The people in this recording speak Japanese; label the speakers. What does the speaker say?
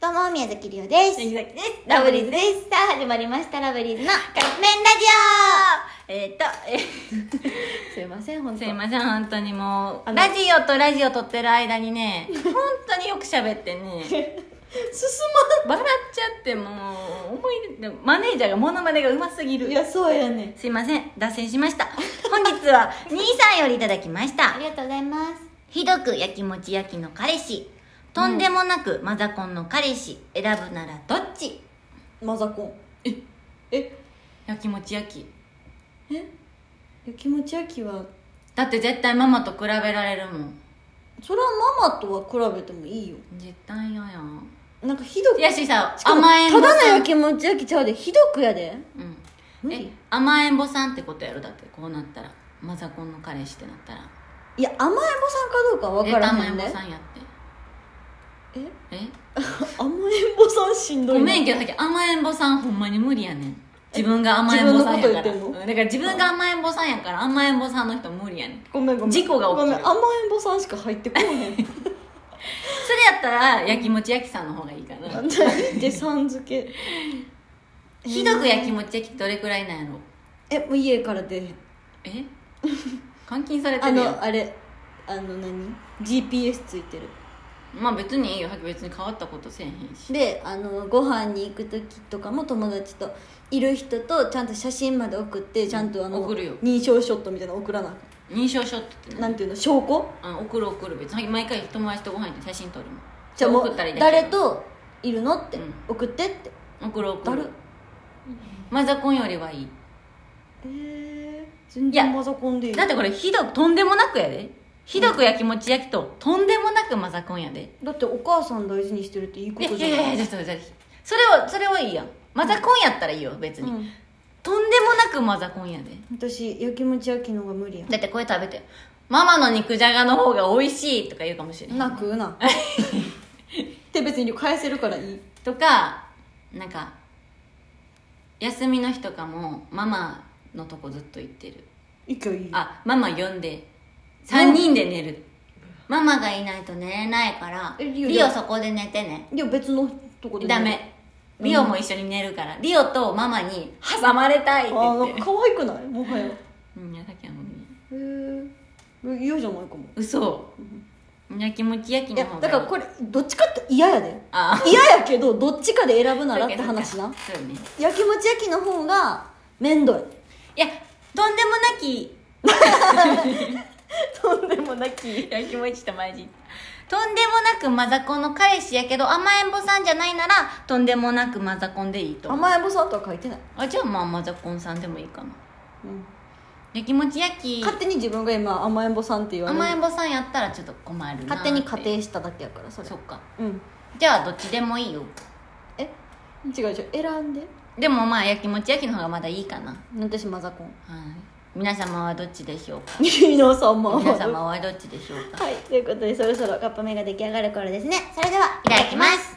Speaker 1: どうも、宮崎りおです。
Speaker 2: 宮崎です
Speaker 1: ラブリーズです。さあ、始まりました、ラブリーズのカップ麺ラジ
Speaker 2: えーっと、え
Speaker 1: オすいません、本
Speaker 2: ー、
Speaker 1: 当
Speaker 2: すいません本当にも
Speaker 1: あの
Speaker 2: うラジオとラジオ撮ってる間に ね本当によく喋ってね
Speaker 1: 進
Speaker 2: 笑っちゃってもう思い出マネージャーがモノマネがうますぎる
Speaker 1: いや、そうやね。
Speaker 2: すいません脱線しました本日は兄さんよりいただきまし
Speaker 1: あ
Speaker 2: た
Speaker 1: りがとうございます。
Speaker 2: ひどくやきもちやきの彼氏とんでもなくマザコンの彼氏選ぶならどっち
Speaker 1: マザコン。え、
Speaker 2: やきもちやき
Speaker 1: え、気持ち焼きは、
Speaker 2: だって絶対ママと比べられるもん
Speaker 1: それはママとは比べてもいいよ。
Speaker 2: 絶対嫌やん
Speaker 1: なんかひどく。
Speaker 2: やしさ
Speaker 1: しかも
Speaker 2: 甘えん
Speaker 1: た
Speaker 2: 坊さん
Speaker 1: だのやきもち焼きちゃうで、ひどくやで。
Speaker 2: うん
Speaker 1: 無
Speaker 2: え
Speaker 1: 理
Speaker 2: 甘えん坊さんってことやろだってこうなったらマザコンの彼氏ってなったら
Speaker 1: いや、甘えん坊さんかどうかは分
Speaker 2: え
Speaker 1: から
Speaker 2: 甘
Speaker 1: へ
Speaker 2: え
Speaker 1: ん
Speaker 2: ん坊
Speaker 1: ね
Speaker 2: さ。んやって
Speaker 1: え、
Speaker 2: え
Speaker 1: 甘えん坊さんしんどい
Speaker 2: ご
Speaker 1: な。
Speaker 2: めんけどさっき甘えん坊さんほんまに無理やねん自分が甘えん坊さんや
Speaker 1: 自分のこと言
Speaker 2: から
Speaker 1: ってんの
Speaker 2: うんだから自分が甘えん坊さんやから甘えん坊さんの人無理やねん
Speaker 1: ごめんごめん。
Speaker 2: 事故が起きる
Speaker 1: ごめん、甘えん坊さんしか入ってこうへ ん。
Speaker 2: それやったらやきもちやきさんの方がいいかな
Speaker 1: 何でさん付 け
Speaker 2: ひどくやきもちやきってどれくらいなんやろ
Speaker 1: えもう家から出えへん
Speaker 2: え監禁されて
Speaker 1: あ
Speaker 2: るやん
Speaker 1: のあれあの何 GPS ついてる
Speaker 2: まあ別にいいよ別に変わったことせえへんし
Speaker 1: であのご飯に行く時とかも友達といる人とちゃんと写真まで送ってちゃんとあの
Speaker 2: 送るよ
Speaker 1: 認証ショットみたいなの送らな
Speaker 2: 認証ショットって何
Speaker 1: なんていうの証拠
Speaker 2: あ送る送る別に毎回友達とご飯行って写真撮るもん
Speaker 1: じゃあも
Speaker 2: 送
Speaker 1: う
Speaker 2: ったりだけ
Speaker 1: 誰といるのって、
Speaker 2: うん
Speaker 1: 送ってって
Speaker 2: 送る送
Speaker 1: 誰
Speaker 2: るマザコンよりはいい
Speaker 1: えー、全
Speaker 2: いや
Speaker 1: マザコンでいい
Speaker 2: だってこれひどくとんでもなくやでひどくやきもち焼きととんでもなくマザコンやで
Speaker 1: だってお母さん大事にしてるっていいこ
Speaker 2: いや
Speaker 1: と
Speaker 2: い
Speaker 1: じゃ
Speaker 2: や
Speaker 1: ない
Speaker 2: いやいやちょっと待ってそれはそれはいいやんマザコンやったらいいよ別に、
Speaker 1: うん
Speaker 2: とんでもなくマザコンやで
Speaker 1: 私やきもち焼きの方が無理や
Speaker 2: だってこれ食べてママの肉じゃがの方が美味しいとか言うかもしれな
Speaker 1: な
Speaker 2: い
Speaker 1: 食 うなって別に返せるからいい
Speaker 2: とかなんか休みの日とかもママのとこずっと行ってる
Speaker 1: いきゃいい
Speaker 2: あママ呼んで3人で寝るママがいないと寝れないから
Speaker 1: えリオ
Speaker 2: リオそこで寝てね
Speaker 1: いや別のとこで
Speaker 2: ダメリオも一緒に寝るからリオとママに挟まれたいっ
Speaker 1: あ
Speaker 2: て
Speaker 1: ー
Speaker 2: 言
Speaker 1: なん
Speaker 2: って
Speaker 1: か可愛くないもは やへ
Speaker 2: うんやさきはもうね
Speaker 1: え嫌じゃないかも
Speaker 2: 嘘やきもちやき
Speaker 1: い
Speaker 2: の
Speaker 1: や
Speaker 2: 方が
Speaker 1: だからこれどっちかって嫌やで
Speaker 2: ああ
Speaker 1: 嫌やけどどっちかで選ぶならって話な
Speaker 2: そうよね
Speaker 1: やきもち焼きの方が面倒や
Speaker 2: いやとんでもなき
Speaker 1: とんでもなき
Speaker 2: やきもちとまじとんでもなくマザコンの彼氏やけど甘えん坊さんじゃないならとんでもなくマザコンでいいと思う
Speaker 1: 甘えん坊さんとは書いてない、
Speaker 2: あじゃあまあマザコンさんでもいいかな
Speaker 1: うん、
Speaker 2: やきもちやき
Speaker 1: 勝手に自分が今甘えん坊さんって言われる
Speaker 2: 甘えん坊さんやったらちょっと困るな
Speaker 1: 勝手に仮定しただけやからそれ
Speaker 2: そっか
Speaker 1: うん
Speaker 2: じゃあどっちでもいいよ
Speaker 1: え違う違う選んで
Speaker 2: でもまあやきもちやきの方がまだいいかなはい
Speaker 1: 私マザコ ン
Speaker 2: 皆様はどっちでしょ うか
Speaker 1: 皆様は
Speaker 2: 皆様はどっちでしょうか
Speaker 1: はいということでそろそろカップ麺が出来上がる頃ですねそれではい
Speaker 2: ただきます